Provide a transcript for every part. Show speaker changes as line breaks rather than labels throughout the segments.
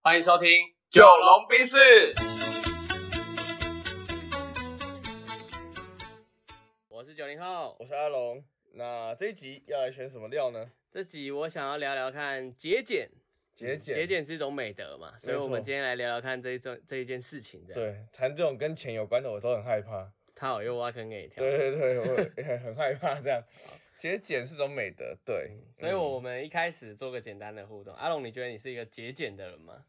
欢迎收听《
九龙冰室，
我是九零后。
我是阿龙。那这一集要来选什么料呢？
这集我想要聊聊看节俭，
节
嗯
俭，
节，俭是一种美德嘛，所以
没错
我们今天来聊聊看这一种这一件事情的。，
对，谈这种跟钱有关的我都很害怕。
他好又挖坑给你跳。
对对 对，我也很害怕这样。节俭是种美德，对。
所以
嗯
我们一开始做个简单的互动。阿龙，你觉得你是一个节俭的人吗？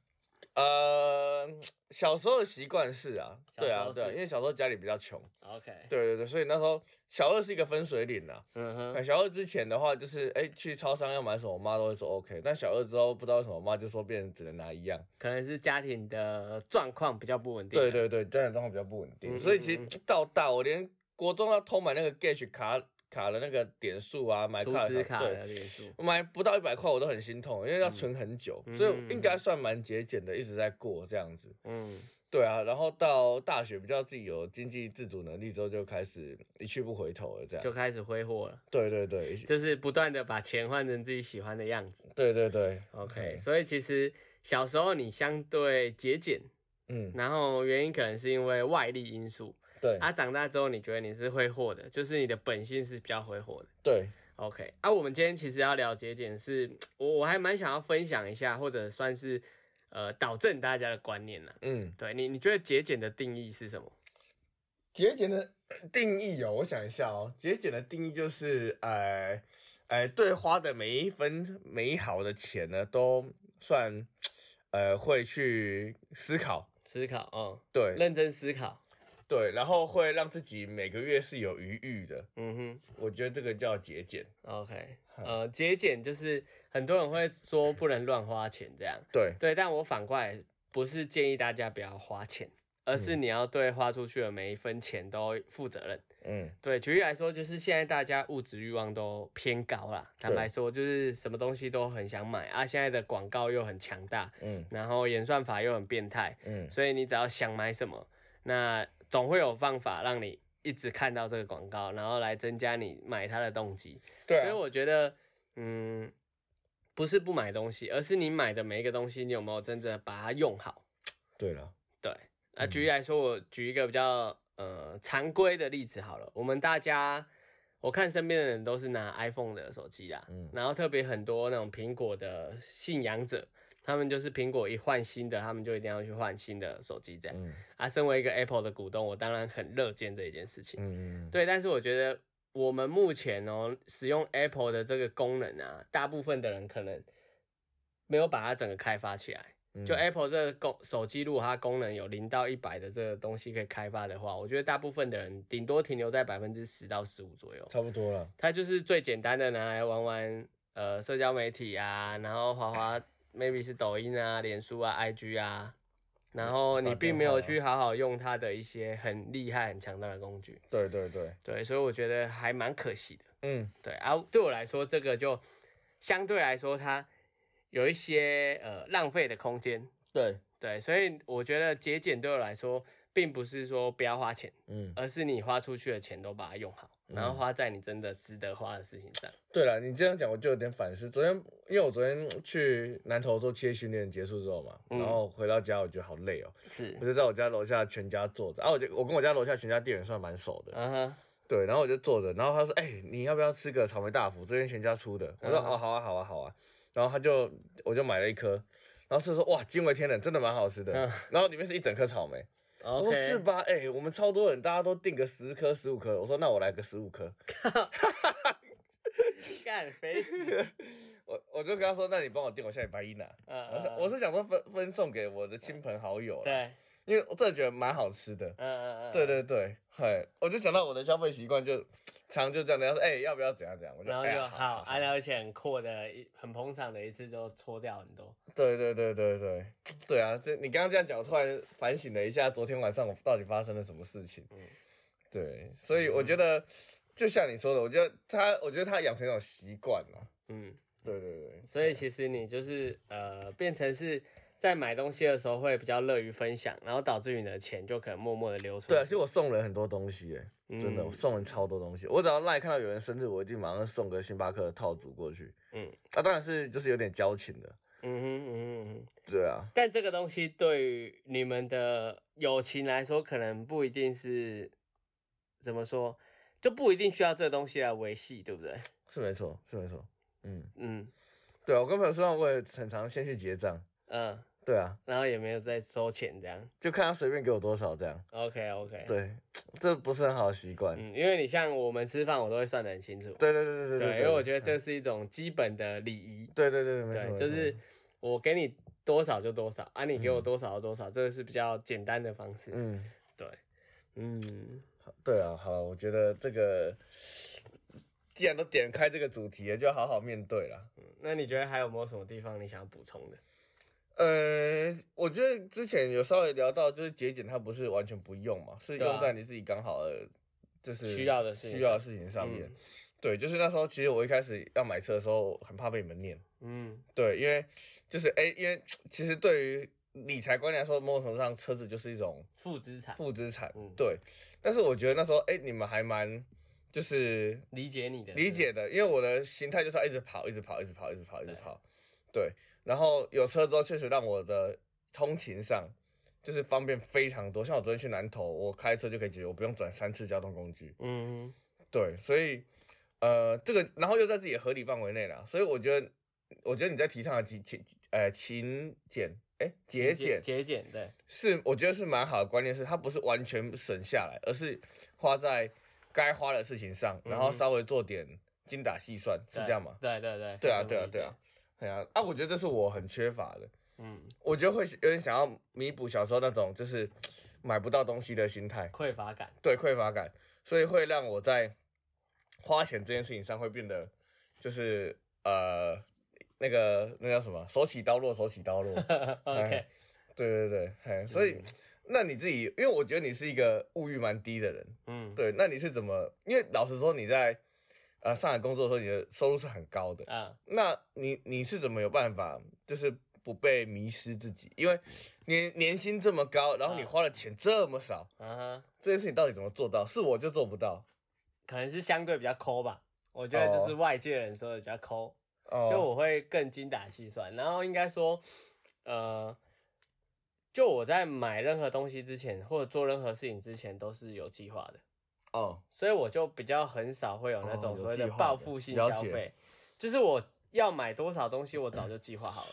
呃，小时候的习惯是啊，
小
对
时
啊
候
对啊，
是
因为小时候家里比较穷，
OK，
对对对，所以那时候小二是一个分水岭啊。
嗯哼，
那小二之前的话，就是哎、去超商要买什么，我妈都会说 OK。但小二之后，不知道为什么，我妈就说变成只能拿一样。
可能是家庭的状况比较不稳定。啊
对，对对，家长状况比较不稳定，
嗯
所以
嗯
其
嗯
实到大我连国中要偷买那个 Gage 卡卡的那个点数啊，买
储
卡
值
的
卡
对
的点数。
买不到一百块我都很心痛，因为要
嗯
存很久，
嗯
所以
嗯嗯
应该算蛮节俭的，一直在过这样子。
嗯，
对啊，然后到大学比较自己有经济自主能力之后，就开始一去不回头了这
就
样。
开始挥霍了，
对对对，一
就是不断的把钱换成自己喜欢的样子。
对对对
OK，
嗯
所以其实小时候你相对节俭，
嗯，
然后原因可能是因为外力因素，
对
啊，长大之后你觉得你是挥霍的，就是你的本性是比较挥霍的。
对，
OK，啊，我们今天其实要聊节俭是，我我还蛮想要分享一下，或者算是呃导正大家的观念啦。
嗯，
对你，你觉得节俭的定义是什么？
节俭的定义哦，我想一下哦，节俭的定义就是，呃，呃，对花的每一分每一毫的钱呢，都算，呃，会去思考，
思考，嗯，
对
认真思考，
对，然后会让自己每个月是有余裕的，
嗯
我觉得这个叫节俭，
哼，OK，
嗯
呃，节俭就是很多人会说不能乱花钱这样，
对，
对，但我反过来不是建议大家不要花钱，而是你要对花出去的每一分钱都负责任。
嗯，
对，举例来说，就是现在大家物质欲望都偏高啦。坦白说，就是什么东西都很想买啊，现在的广告又很强大，
嗯，
然后演算法又很变态，
嗯，
所以你只要想买什么，那总会有方法让你一直看到这个广告，然后来增加你买它的动机。
对
所以
啊，
我觉得，嗯，不是不买东西，而是你买的每一个东西，你有没有真正地把它用好？
对了，
对，那
嗯
举例来说，我举一个比较呃常规的例子好了，我们大家。我看身边的人都是拿 iPhone 的手机啦，
嗯
然后特别很多那种苹果的信仰者，他们就是苹果一换新的，他们就一定要去换新的手机这样。
嗯，
啊，身为一个 Apple 的股东，我当然很乐见这一件事情。
嗯，
对，但是我觉得我们目前哦，使用 Apple 的这个功能啊，大部分的人可能没有把它整个开发起来。
嗯
就哎 Apple 这个功手机，如果它功能有零到一百的这个东西可以开发的话，我觉得大部分的人顶多停留在百分之十到十五左右。
差不多了，
它就是最简单的拿来玩玩呃社交媒体啊，然后滑滑 maybe 是抖音啊、脸书啊、IG 啊，然后你
打
并
电
没有
话
去好好用它的一些很厉害、很强大的工具。
对对对，
对，所以我觉得还蛮可惜的。
嗯，
对啊，对我来说，这个就相对来说它有一些呃浪费的空间。
对，
对，所以我觉得节俭对我来说，并不是说不要花钱，
嗯，
而是你花出去的钱都把它用好，然后花在你真的值得花的事情上。
对了，你这样讲我就有点反思。昨天因为我昨天去南投做企业训练结束之后嘛，
嗯
然后回到家我觉得好累哦，
是
我，就在我家楼下全家坐着啊，我就我跟我家楼下全家店员算蛮熟 的，
嗯哼，
对，然后我就坐着，然后他说，哎、你要不要吃个草莓大福？这边全家出的，我说
嗯
哦好啊好啊好啊，然后他就我就买了一颗。然后是说哇，惊为天人，真的蛮好吃的。
嗯
然后里面是一整颗草莓我说
OK，
是吧？哎、我们超多人，大家都订个十颗、十五颗。我说那我来个十五颗，
干肥死。
我我就跟他说，那你帮我订，我下礼拜一拿。
嗯
我是我是想说分分送给我的亲朋好友，，
对，
因为我真的觉得蛮好吃的。
嗯嗯嗯，
对对对，嘿，我就讲到我的消费习惯，就常就这样，人家说哎、要不要怎样怎样，我就
然后
哎
就
呀
好，啊，而且很阔的，一很捧场的，一次就搓掉很多。
对对对对对对啊！这你刚刚这样讲，我突然反省了一下，昨天晚上我到底发生了什么事情。
嗯
对，所以我觉得就像你说的，我觉得他，我觉得他养成一种习惯了。
嗯，
对对对，
所以其实你就是呃，变成是在买东西的时候会比较乐于分享，然后导致你的钱就可能默默的流出去。
对啊，其实我送人很多东西、欸，真的，
嗯
我送人超多东西。我只要赖看到有人生日，我一定马上送个星巴克的套组过去。
嗯
嗯，啊，当然是就是有点交情的，
嗯哼嗯哼嗯哼。
对啊，
但这个东西对于你们的友情来说，可能不一定是怎么说，就不一定需要这个东西来维系，对不 对？
是没错，是没错。嗯，
嗯
对啊，我跟朋友吃饭，我也很常先去结账。
嗯、
对啊，
然后也没有再收钱这样。
就看他随便给我多少这样。
OK OK。
对，这不是很好的习惯。
嗯，因为你像我们吃饭，我都会算得很清楚。
对对对对对
因为我觉得这是一种基本的礼仪。
对对对对，没错，
对，
没
就
错
是我给你多少就多少，啊，你给我
嗯
多少就多少，这个是比较简单的方式。
嗯，
嗯，
好对啊，好了，我觉得这个既然都点开这个主题了，就要好好面对啦。
那你觉得还有没有什么地方你想要补充的？
呃，我觉得之前有稍微聊到，就是节俭它不是完全不用嘛，是
对啊
用在你自己刚好的就是
需要的事情嗯
需要的事情上面。对，就是那时候其实我一开始要买车的时候，很怕被你们念。
嗯
对，因为就是哎、因为其实对于理财观念来说，某种程度上车子就是一种
负资产，
负资产
嗯，
对。但是我觉得那时候哎、你们还蛮就是
理解你的
理解的，因为我的心态就是要一直跑，一直跑，一直跑，一直跑，一直跑。对，然后有车之后，确实让我的通勤上就是方便非常多。像我昨天去南投，我开车就可以解决，我不用转三次交通工具。
嗯，
对，所以呃，这个然后又在自己的合理范围内啦，所以我觉得，我觉得你在提倡的勤勤呃勤俭，哎节俭
节俭，对，
是我觉得是蛮好的观念，是它不是完全省下来，而是花在该花的事情上，然后
嗯哼
稍微做点精打细算，是
对
这样吗？
对对对，
对啊，
可以
对
这么理
啊，对
解
啊，，对啊，啊，我觉得这是我很缺乏的，
嗯，
我觉得会有点想要弥补小时候那种就是买不到东西的心态。
匮乏感，
对匮乏感，所以会让我在花钱这件事情上会变得就是呃那个那叫什么手起刀落，手起刀落。
OK，
对对对，嘿，所以、那你自己，因为我觉得你是一个物欲蛮低的人，
嗯，
对，那你是怎么？因为老实说你在呃上海工作的时候，你的收入是很高的，
啊，
那你你是怎么有办法就是？不被迷失自己，因为年年薪这么高，然后你
啊
花的钱这么少，
嗯哼，
这件事情到底怎么做到？是我就做不到，
可能是相对比较抠吧，我觉得就是
哦
外界人说的比较抠，
哦，
就我会更精打细算，然后应该说，呃，就我在买任何东西之前，或者做任何事情之前，都是有计划的。
哦，
所以我就比较很少会有那
哦
种
有
所谓
计
的
划
报
的
复性
了
消
解
费，就是我要买多少东西，我早就计划 好了。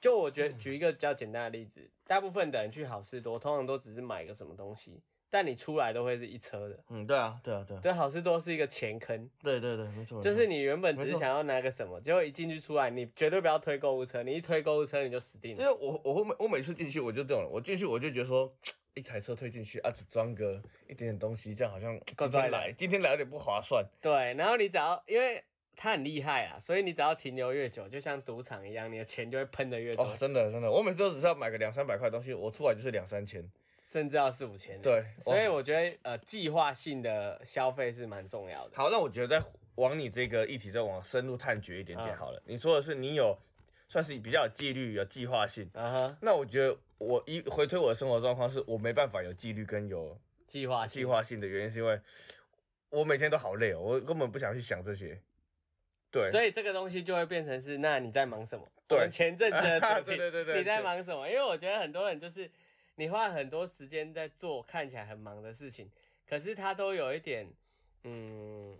就我觉举一个比较简单的例子，大部分的人去好事多，通常都只是买个什么东西，但你出来都会是一车的。
嗯，对啊，对啊，对啊，
对，好事多是一个钱坑，
对对对，没错，
就是
没
你原本只是
没错
想要拿个什么，结果一进去出来，你绝对不要推购物车，你一推购物车你就死定
错因
了。
为我我每我每次进去我就这种人，我进去我就觉得说，一台车推进去啊，只装个一点点东西，这样好像
怪怪
今
的
天来今天来有点不划算，
对，然后你只要因为它很厉害啊，所以你只要停留越久，就像赌场一样，你的钱就会喷的越多，
哦，真的真的，我每次都只是要买个两三百块的东西，我出来就是两三千，
甚至要四五千。
对，
嗯
哦
所以
哇
我觉得呃，计划性的消费是蛮重要的。
好，那我觉得再往你这个议题再往深入探掘一点点
嗯
好了，你说的是你有算是比较有纪律、有计划性，
嗯哼，
那我觉得我一回推我的生活状况，是我没办法有纪律跟有
计划性
计划性的原因，是因为我每天都好累哦，我根本不想去想这些。对，
所以这个东西就会变成是，那你在忙什么？
对
我们前阵子的主题，
对 对对对
你在忙什么？因为我觉得很多人就是你花很多时间在做看起来很忙的事情，可是他都有一点，嗯，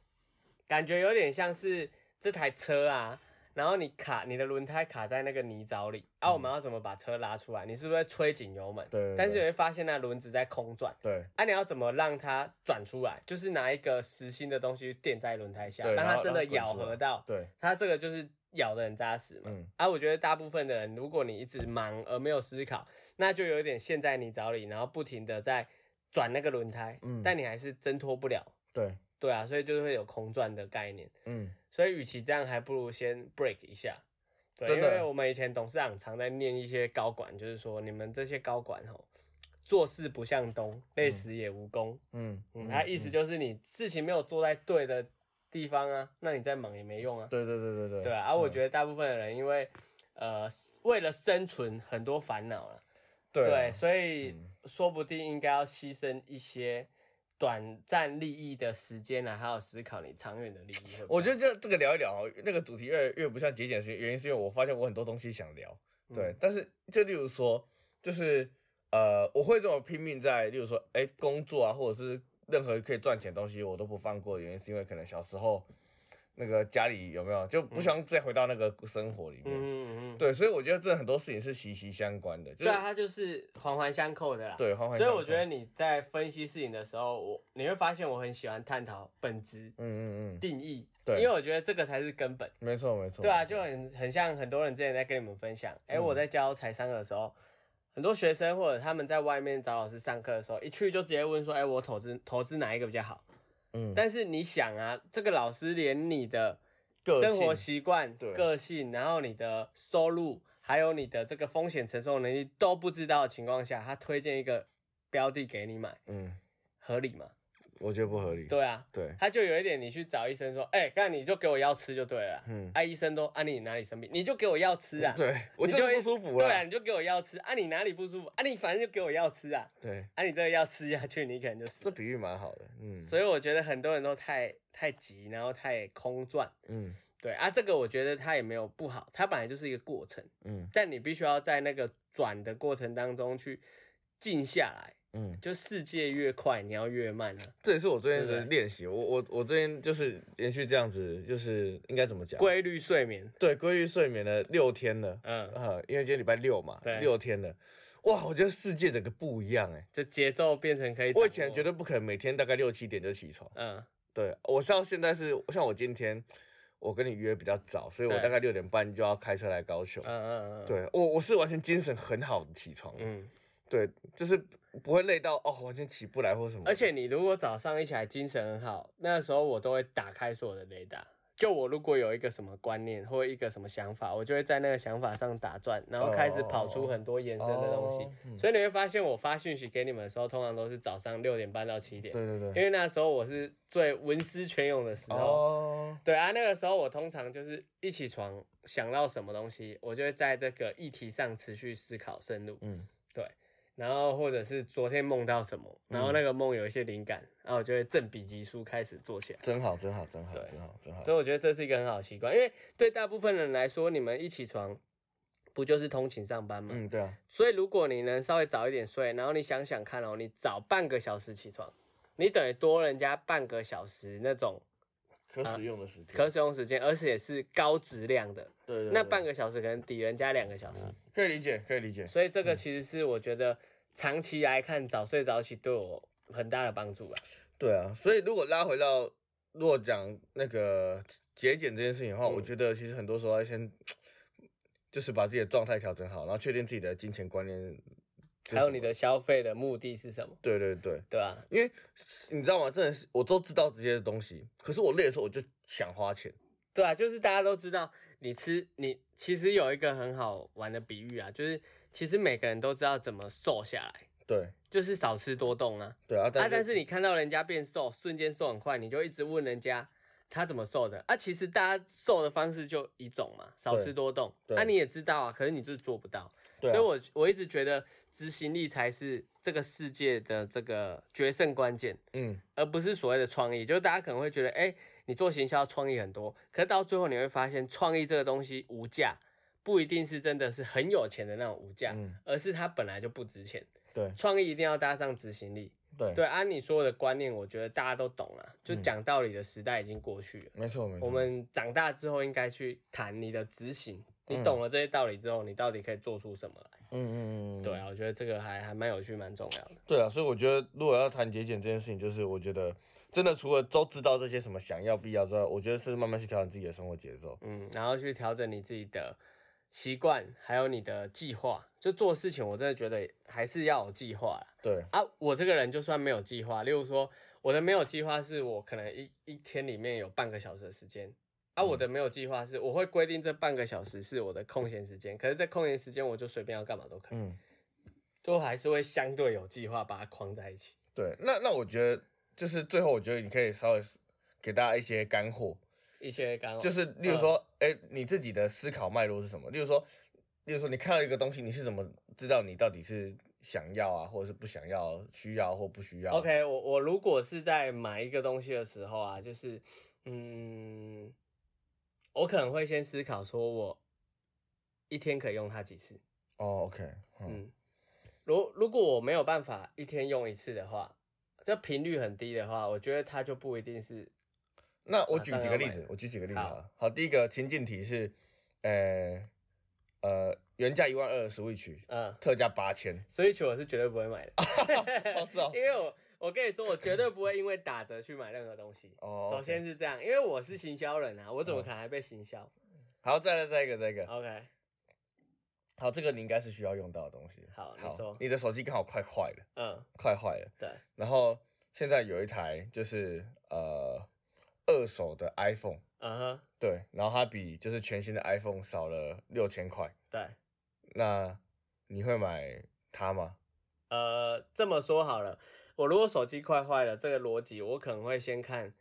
感觉有点像是这台车啊。然后你卡你的轮胎卡在那个泥沼里，啊，我们要怎么把车拉出来？你是不是会吹紧油门？
嗯对对对
但是你会发现那轮子在空转，
对
啊，你要怎么让它转出来？就是拿一个实心的东西垫在轮胎下，
对
让它
然后
真的
让它滚
咬
出来
合到。
对，
它这个就是咬得很扎实嘛。
嗯
啊，我觉得大部分的人，如果你一直忙而没有思考，那就有点陷在泥沼里，然后不停的在转那个轮胎，
嗯
但你还是挣脱不了。
对，
对啊，所以就会有空转的概念。
嗯，
所以，与其这样，还不如先 break 一下。对，
真
因
的
为我们以前董事长常在念一些高管，就是说你们这些高管吼，做事不向东，累死也无功。
嗯，
嗯，他意思就是你事情没有做在对的地方啊，那你再忙也没用啊。
对对对对对，嗯
对啊，而、我觉得大部分的人因为呃为了生存很多烦恼了，
对啊
所以说不定应该要牺牲一些短暂利益的时间呢、啊，还有思考你长远的利益。
我觉得这这个聊一聊哦，那个主题越越不像节俭，是原因是因为我发现我很多东西想聊，
嗯
对，但是就例如说，就是呃，我会这么拼命在，例如说，哎，工作啊，或者是任何可以赚钱的东西，我都不放过，原因是因为可能小时候那个家里有没有就不希望再回到那个生活里面，
嗯嗯嗯嗯，
对，所以我觉得这很多事情是息息相关的，就
对
是
啊，它就是环环相扣的啦。
对，环环
所以
相
我
扣
觉得，你在分析事情的时候，我你会发现我很喜欢探讨本质
嗯嗯嗯，
定义，
对
因为我觉得这个才是根本。
没错没错，
对啊，
没错
就很很像很多人之前在跟你们分享，哎、
嗯
我在教财商的时候，很多学生或者他们在外面找老师上课的时候，一去就直接问说，哎、我投资投资哪一个比较好？
嗯，
但是你想啊，这个老师连你的
个
生活
性
习惯、
对
个性，然后你的收入，还有你的这个风险承受能力都不知道的情况下，他推荐一个标的给你买，
嗯，
合理吗？
我觉得不合理，
对啊，
对，
他就有一点，你去找医生说，哎、干你就给我药吃就对了啊。
嗯。
啊，医生都啊，你哪里生病，你就给我药吃啊。
对我
你
真的
就
不
一
舒服
对啊，
了。
你就给我药吃啊，你哪里不舒服啊？你反正就给我药吃啊，
对，
啊，你这个药吃下去，你可能就死
这
了。
比喻蛮好的。嗯，
所以我觉得很多人都太太急，然后太空转。
嗯
对啊，这个我觉得它也没有不好，它本来就是一个过程，
嗯
但你必须要在那个转的过程当中去静下来。
嗯，
就世界越快，你要越慢啊，
这也是我最近
对
的
不对
练习。我我我最近就是连续这样子，就是应该怎么讲？
规律睡眠。
对规律睡眠了六天了，
嗯，
呃，因为今天礼拜六嘛
对，
六天了。哇，我觉得世界整个不一样哎、
这节奏变成可以。
我以前绝，对不可能每天大概六七点就起床，
嗯
对我像现在是像我今天我跟你约比较早，所以我
对
大概六点半就要开车来高雄
嗯。嗯嗯，嗯，
对我我是完全精神很好的起床，
嗯。
对，就是不会累到哦，完全起不来或什么。
而且你如果早上一起来精神很好，那时候我都会打开所有的雷达。就我如果有一个什么观念或一个什么想法，我就会在那个想法上打转，然后开始跑出很多延伸的东西。
哦嗯
所以你会发现，我发讯息给你们的时候，通常都是早上六点半到七点，
对对
因
对，
为那时候我是最文思泉涌的时候。
哦，
对啊，那个时候我通常就是一起床想到什么东西，我就会在这个议题上持续思考深入。
嗯，
然后或者是昨天梦到什么，然后
嗯
那个梦有一些灵感，然后我就会正比级数开始做起来。
真好，真好，真好，
对
真好，真好
所。以我觉得这是一个很好的习惯，因为对大部分人来说，你们一起床不就是通勤上班吗？
嗯，对啊，
所以如果你能稍微早一点睡，然后你想想看哦，你早半个小时起床，你等于多人家半个小时那种
可使用的时间，
可使用时间，而且是高质量的。
对对对嗯
那半
个
个小时可能抵人家两个小时，
可以理解，可以理解。
所以这个其实是我觉得长期来看，早睡早起对我很大的帮助吧。
对啊，所以如果拉回到如果讲那个节俭这件事情的话，我
嗯
觉得其实很多时候要先就是把自己的状态调整好，然后确定自己的金钱观念是什么。
还有你的消费的目的是什么，
对对对，
对吧、
因为你知道吗？真的是我都知道这些东西，可是我累的时候我就想花钱。
对啊，就是大家都知道，你吃你其实有一个很好玩的比喻啊，就是其实每个人都知道怎么瘦下来，
对
就是少吃多动啊。
对啊，
啊，但是你看到人家变瘦，瞬间瘦很快，你就一直问人家他怎么瘦的啊。其实大家瘦的方式就一种嘛，少
对
吃多动。
对
啊，你也知道啊，可是你就是做不到。
对啊
所以我我一直觉得执行力才是这个世界的这个决胜关键，
嗯，
而不是所谓的创意。就是大家可能会觉得，哎、你做行销创意很多，可是到最后你会发现，创意这个东西无价，不一定是真的是很有钱的那种无价，
嗯
而是它本来就不值钱。
对
创意一定要搭上执行力。
对
对，啊按、你说的观念，我觉得大家都懂了，就
嗯
讲道理的时代已经过去了。
没错没错。
我们长大之后应该去谈你的执行，你
嗯
懂了这些道理之后，你到底可以做出什么来？
嗯嗯嗯嗯，
对啊，我觉得这个还还蛮有趣，蛮重要的。
对啊，所以我觉得如果要谈节俭这件事情，就是我觉得真的除了都知道这些什么想要必要之外，我觉得是慢慢去调整自己的生活节奏。
嗯，然后去调整你自己的习惯，还有你的计划。就做事情，我真的觉得还是要有计划啦。
对，
啊，我这个人就算没有计划，例如说我的没有计划是我可能一一天里面有半个小时的时间，啊，我的
嗯
没有计划是我会规定这半个小时是我的空闲时间，可是这空闲时间我就随便要干嘛都可以，
嗯，
都还是会相对有计划把它框在一起。
对。那那我觉得就是最后，我觉得你可以稍微给大家一些干货，
一些干扰
就是例如说，
嗯
哎、你自己的思考脉络是什么？例如说，例如说你看到一个东西，你是怎么知道你到底是想要啊，或者是不想要、需要或不需要。
OK，我我如果是在买一个东西的时候啊，就是嗯，我可能会先思考说我一天可以用它几次。
哦，OK，嗯，
嗯，如如果我没有办法一天用一次的话，这频率很低的话，我觉得它就不一定是
那我
马
举
上
几
要
个例
买
子
的，
我举几个例子
好
好了。好，第一个情境题是，呃呃，原价一万二的 Switch，
嗯
特价 八千。
，Switch 我是绝对不会买 的。
哦，是哦
因。为我我跟你说，我绝对不会因为打折去买任何东西。
哦嗯
首先是这样，因为我是行销人啊，我怎么可能还被行销、
好，再来再一个，再一个。
o k
好，这个你应该是需要用到的东西。
好你说
你的手机刚好快坏了，
嗯，
快坏了。
对，
然后现在有一台就是呃二手的 iPhone，
嗯哼，
对，然后它比就是全新的 iPhone 少了六千块。
对，
那你会买它吗？
呃，这么说好了，我如果手机快坏了，这个逻辑我可能会先看，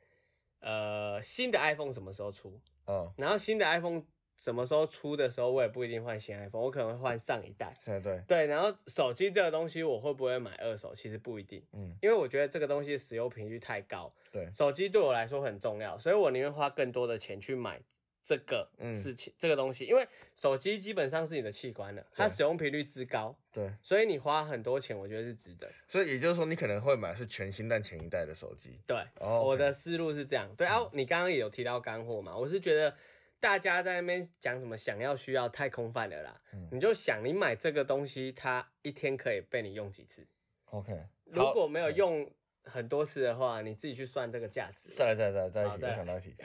呃，新的 iPhone 什么时候出，
嗯，
然后新的 iPhone 什么时候出的时候，我也不一定换新 iPhone，我可能会换上一代。
对对，
对，然后手机这个东西我会不会买二手，其实不一定，
嗯，
因为我觉得这个东西使用频率太高，
对，
手机对我来说很重要，所以我宁愿花更多的钱去买这个
嗯
事情、这个东西，因为手机基本上是你的器官了，它
对
使用频率之高，
对，
所以你花很多钱，我觉得是值得。
所以也就是说，你可能会买是全新但前一代的手机。
对
哦嗯
我的思路是这样。对啊，你刚刚也有提到干货嘛，我是觉得大家在那边讲什么想要需要太空泛了啦，
嗯
你就想你买这个东西，它一天可以被你用几次，
OK，
如果没有用很多次的话，你自己去算这个价值。
再来再来再
好
来再来一题，
再
我
来
想到一题，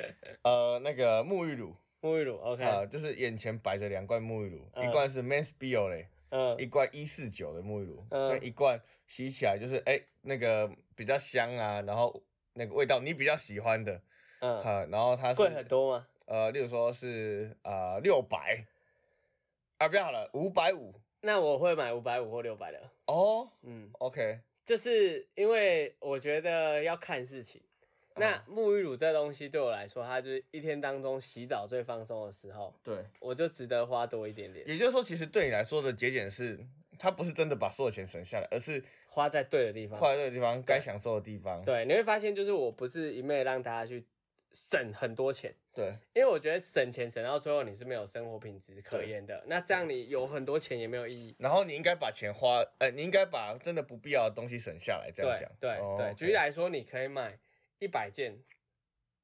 呃，那个沐浴乳
沐浴乳，OK，
啊、呃就是眼前摆着两罐沐浴乳，
哎嗯
一罐是 Men's Bio 嘞，
嗯
一罐一四九的沐浴乳，
嗯
跟一罐洗起来就是哎、那个比较香啊，然后那个味道你比较喜欢的，
嗯，
哈、然后它是
贵很多吗？
呃，例如说是啊六百啊，不要好了，五百五
那我会买五百五或六百的。
哦
嗯，
，OK，
就是因为我觉得要看事情。
哦
那沐浴乳这东西对我来说，它就是一天当中洗澡最放松的时候，
对，
我就值得花多一点点，
也就是说，其实对你来说的节俭是，它不是真的把所有钱省下来，而是
花在对的地方。
快乐的地方、该享受的地方。
对，你会发现就是我不是一昧让大家去省很多钱，
对
因为我觉得省钱省到最后你是没有生活品质可言的。那这样你有很多钱也没有意义。
然后你应该把钱花，呃，你应该把真的不必要的东西省下来，这
对
样讲。
对
哦
对，
，OK
举例来说，你可以买一百件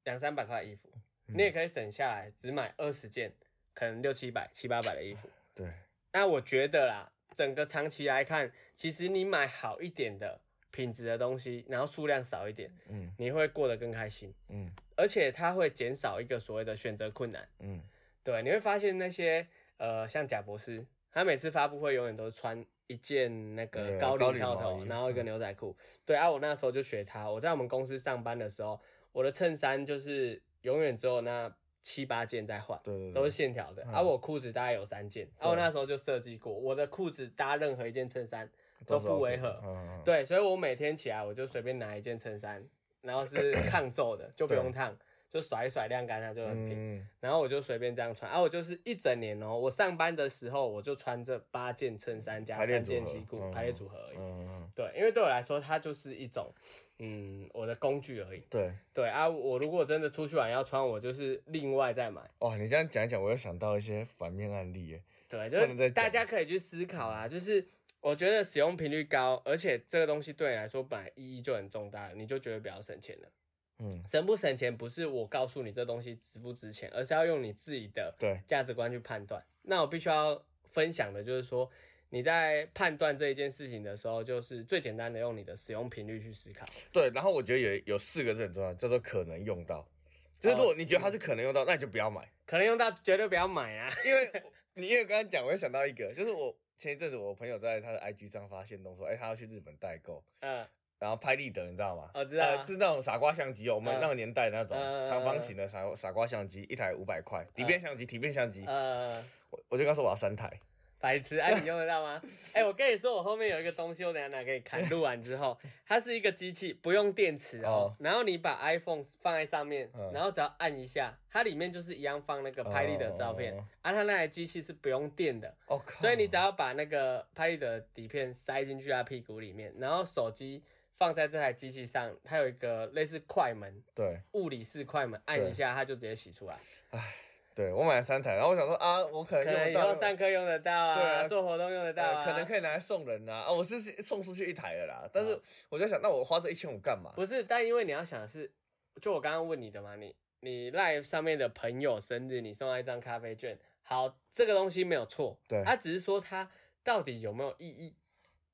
两三百块的衣服，
嗯
你也可以省下来只买二十件，可能六七百、七八百的衣 服。
对，
那我觉得啦，整个长期来看，其实你买好一点的品质的东西，然后数量少一点，
嗯
你会过得更开心，
嗯
而且它会减少一个所谓的选择困难。
嗯，
对，你会发现那些呃，像贾博士，他每次发布会永远都是穿一件那
那
个
个
高
高
领
领
套
毛
头，
衣嗯
然后一个牛仔裤。对啊，我那时候就学他。我在我们公司上班的时候，我的衬衫就是永远只有那七八件在换。
对对对，
都是线条的，而、啊、
嗯
我裤子大概有三件，啊，
对
我那时候就设计过，我的裤子搭任何一件衬衫都
是
不
OK
违和
的嗯，嗯，
对，所以我每天起来我就随便拿一件衬衫，然后是抗皱 的，就不用
对
烫，就甩一甩晾干它就很平。
嗯，嗯
然后我就随便这样穿，啊，我就是一整年哦，我上班的时候我就穿这八件衬衫加
排列
三
组
件
合
西裤
嗯
排列组合而已。
嗯嗯，
对，因为对我来说，它就是一种，嗯，我的工具而已。
对。
对啊，我如果真的出去玩要穿，我就是另外再买。
哇，你这样讲一讲，我又想到一些反面案例耶。
对，
不
就
能
是
再
大
讲
家可以去思考
嗯
啦。就是我觉得使用频率高，而且这个东西对你来说本来意义就很重大了，你就觉得比较省钱了。
嗯，
省不省钱不是我告诉你这东西值不值钱，而是要用你自己的
对，
价值观去判断。那我必须要分享的就是说，你在判断这一件事情的时候，就是最简单的用你的使用频率去思考。
对，然后我觉得有有四个字很重要，叫做可能用到。就是如果你觉得它是可能用到，那你就不要买，
可能用到绝对不要买啊。
因为我你因为刚刚讲，我又想到一个，就是我前一阵子我朋友在他的 IG 上发现动说，哎、他要去日本代购，
嗯
然后拍立得，你知道吗？
哦知道啊
呃是那种傻瓜相机哦，我们
嗯
那个年代那种
嗯嗯嗯嗯
长方形的傻瓜傻瓜相机，一台五百块，底片相机，底片相机，
呃，
我我就告诉我要三台，
白痴，哎、你用得到 吗？哎、我跟你说，我后面有一个东西，我等一下拿给你看。录完之后，它是一个机器，不用电池哦。
哦
然后你把 iPhone 放在上面，
嗯
然后只要按一下，它里面就是一样放那个拍立得照片。
哦
啊，它那台机器是不用电的，
我哦靠！
所以你只要把那个拍立得底片塞进去它屁股里面，然后手机放在这台机器上，它有一个类似快门，
对
物理式快门，按一下它就直接洗出来。
对，我买了三台，然后我想说啊，我可能
可
用
能
得
以
到
后，上课用得到啊，
对啊
做活动用得到啊，
呃可能可以拿来送人呐、啊。我是送出去一台了啦，但是
啊
我就想，那我花这一千五干嘛？
不是，但因为你要想的是，就我刚刚问你的嘛，你你 live 上面的朋友生日，你送他一张咖啡券，好，这个东西没有错，
对
他只是说他到底有没有意义？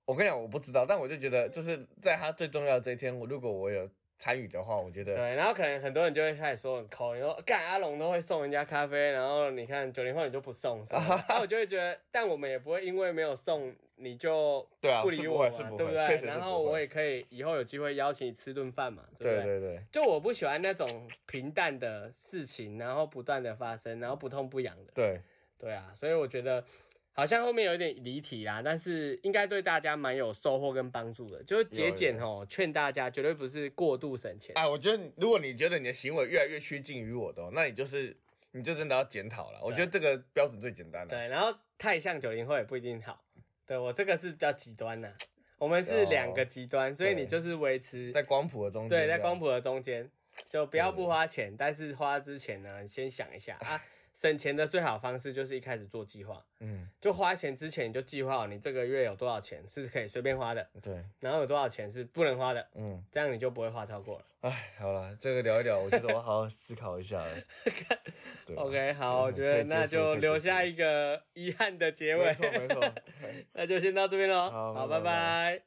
我跟你讲，我不知道，但我就觉得，就是在他最重要的这一天，我如果我有参与的话，我觉
对，
得
然后可能很多人就会开始说很抠，你说干阿龙都会送人家咖啡，然后你看九零后你就不送什么的， 啊然后我就会觉得，但我们也不会因为没有送你就
对啊
不理
是不
我
会
嘛，
是不
对
会确实是
然
不
后
会
我也可以以后有机会邀请你吃顿饭嘛，对不
对对对，
就我不喜欢那种平淡的事情，然后不断的发生，然后不痛不痒的。
对，
对啊，所以我觉得好像后面有点离题啦，但是应该对大家蛮有收获跟帮助的。就是节俭哦，劝大家绝对不是过度省钱。
哎，我觉得你如果你觉得你的行为越来越趋近于我的哦、那你就是你就真的要检讨了。我觉得这个标准最简单了。
对，然后太像九零后也不一定好。对我这个是比较极端呐、我们是两个极端，所以你就是维持
在光谱的中间这样，
对，在光谱的中间，就不要不花钱，但是花之前呢，你先想一下啊，省钱的最好方式就是一开始做计划。
嗯，
就花钱之前你就计划好你这个月有多少钱是可以随便花的，
对，
然后有多少钱是不能花的，
嗯，
这样你就不会花超过了。
哎，好了，这个聊一聊，我觉得我好好思考一 下了。对啊
OK，好，我
嗯
觉得
可以结束
那
可
就
以结
留
束
下一个遗憾的结尾
没。错没错。
那就先到这边喽。
好
好，拜
拜
拜。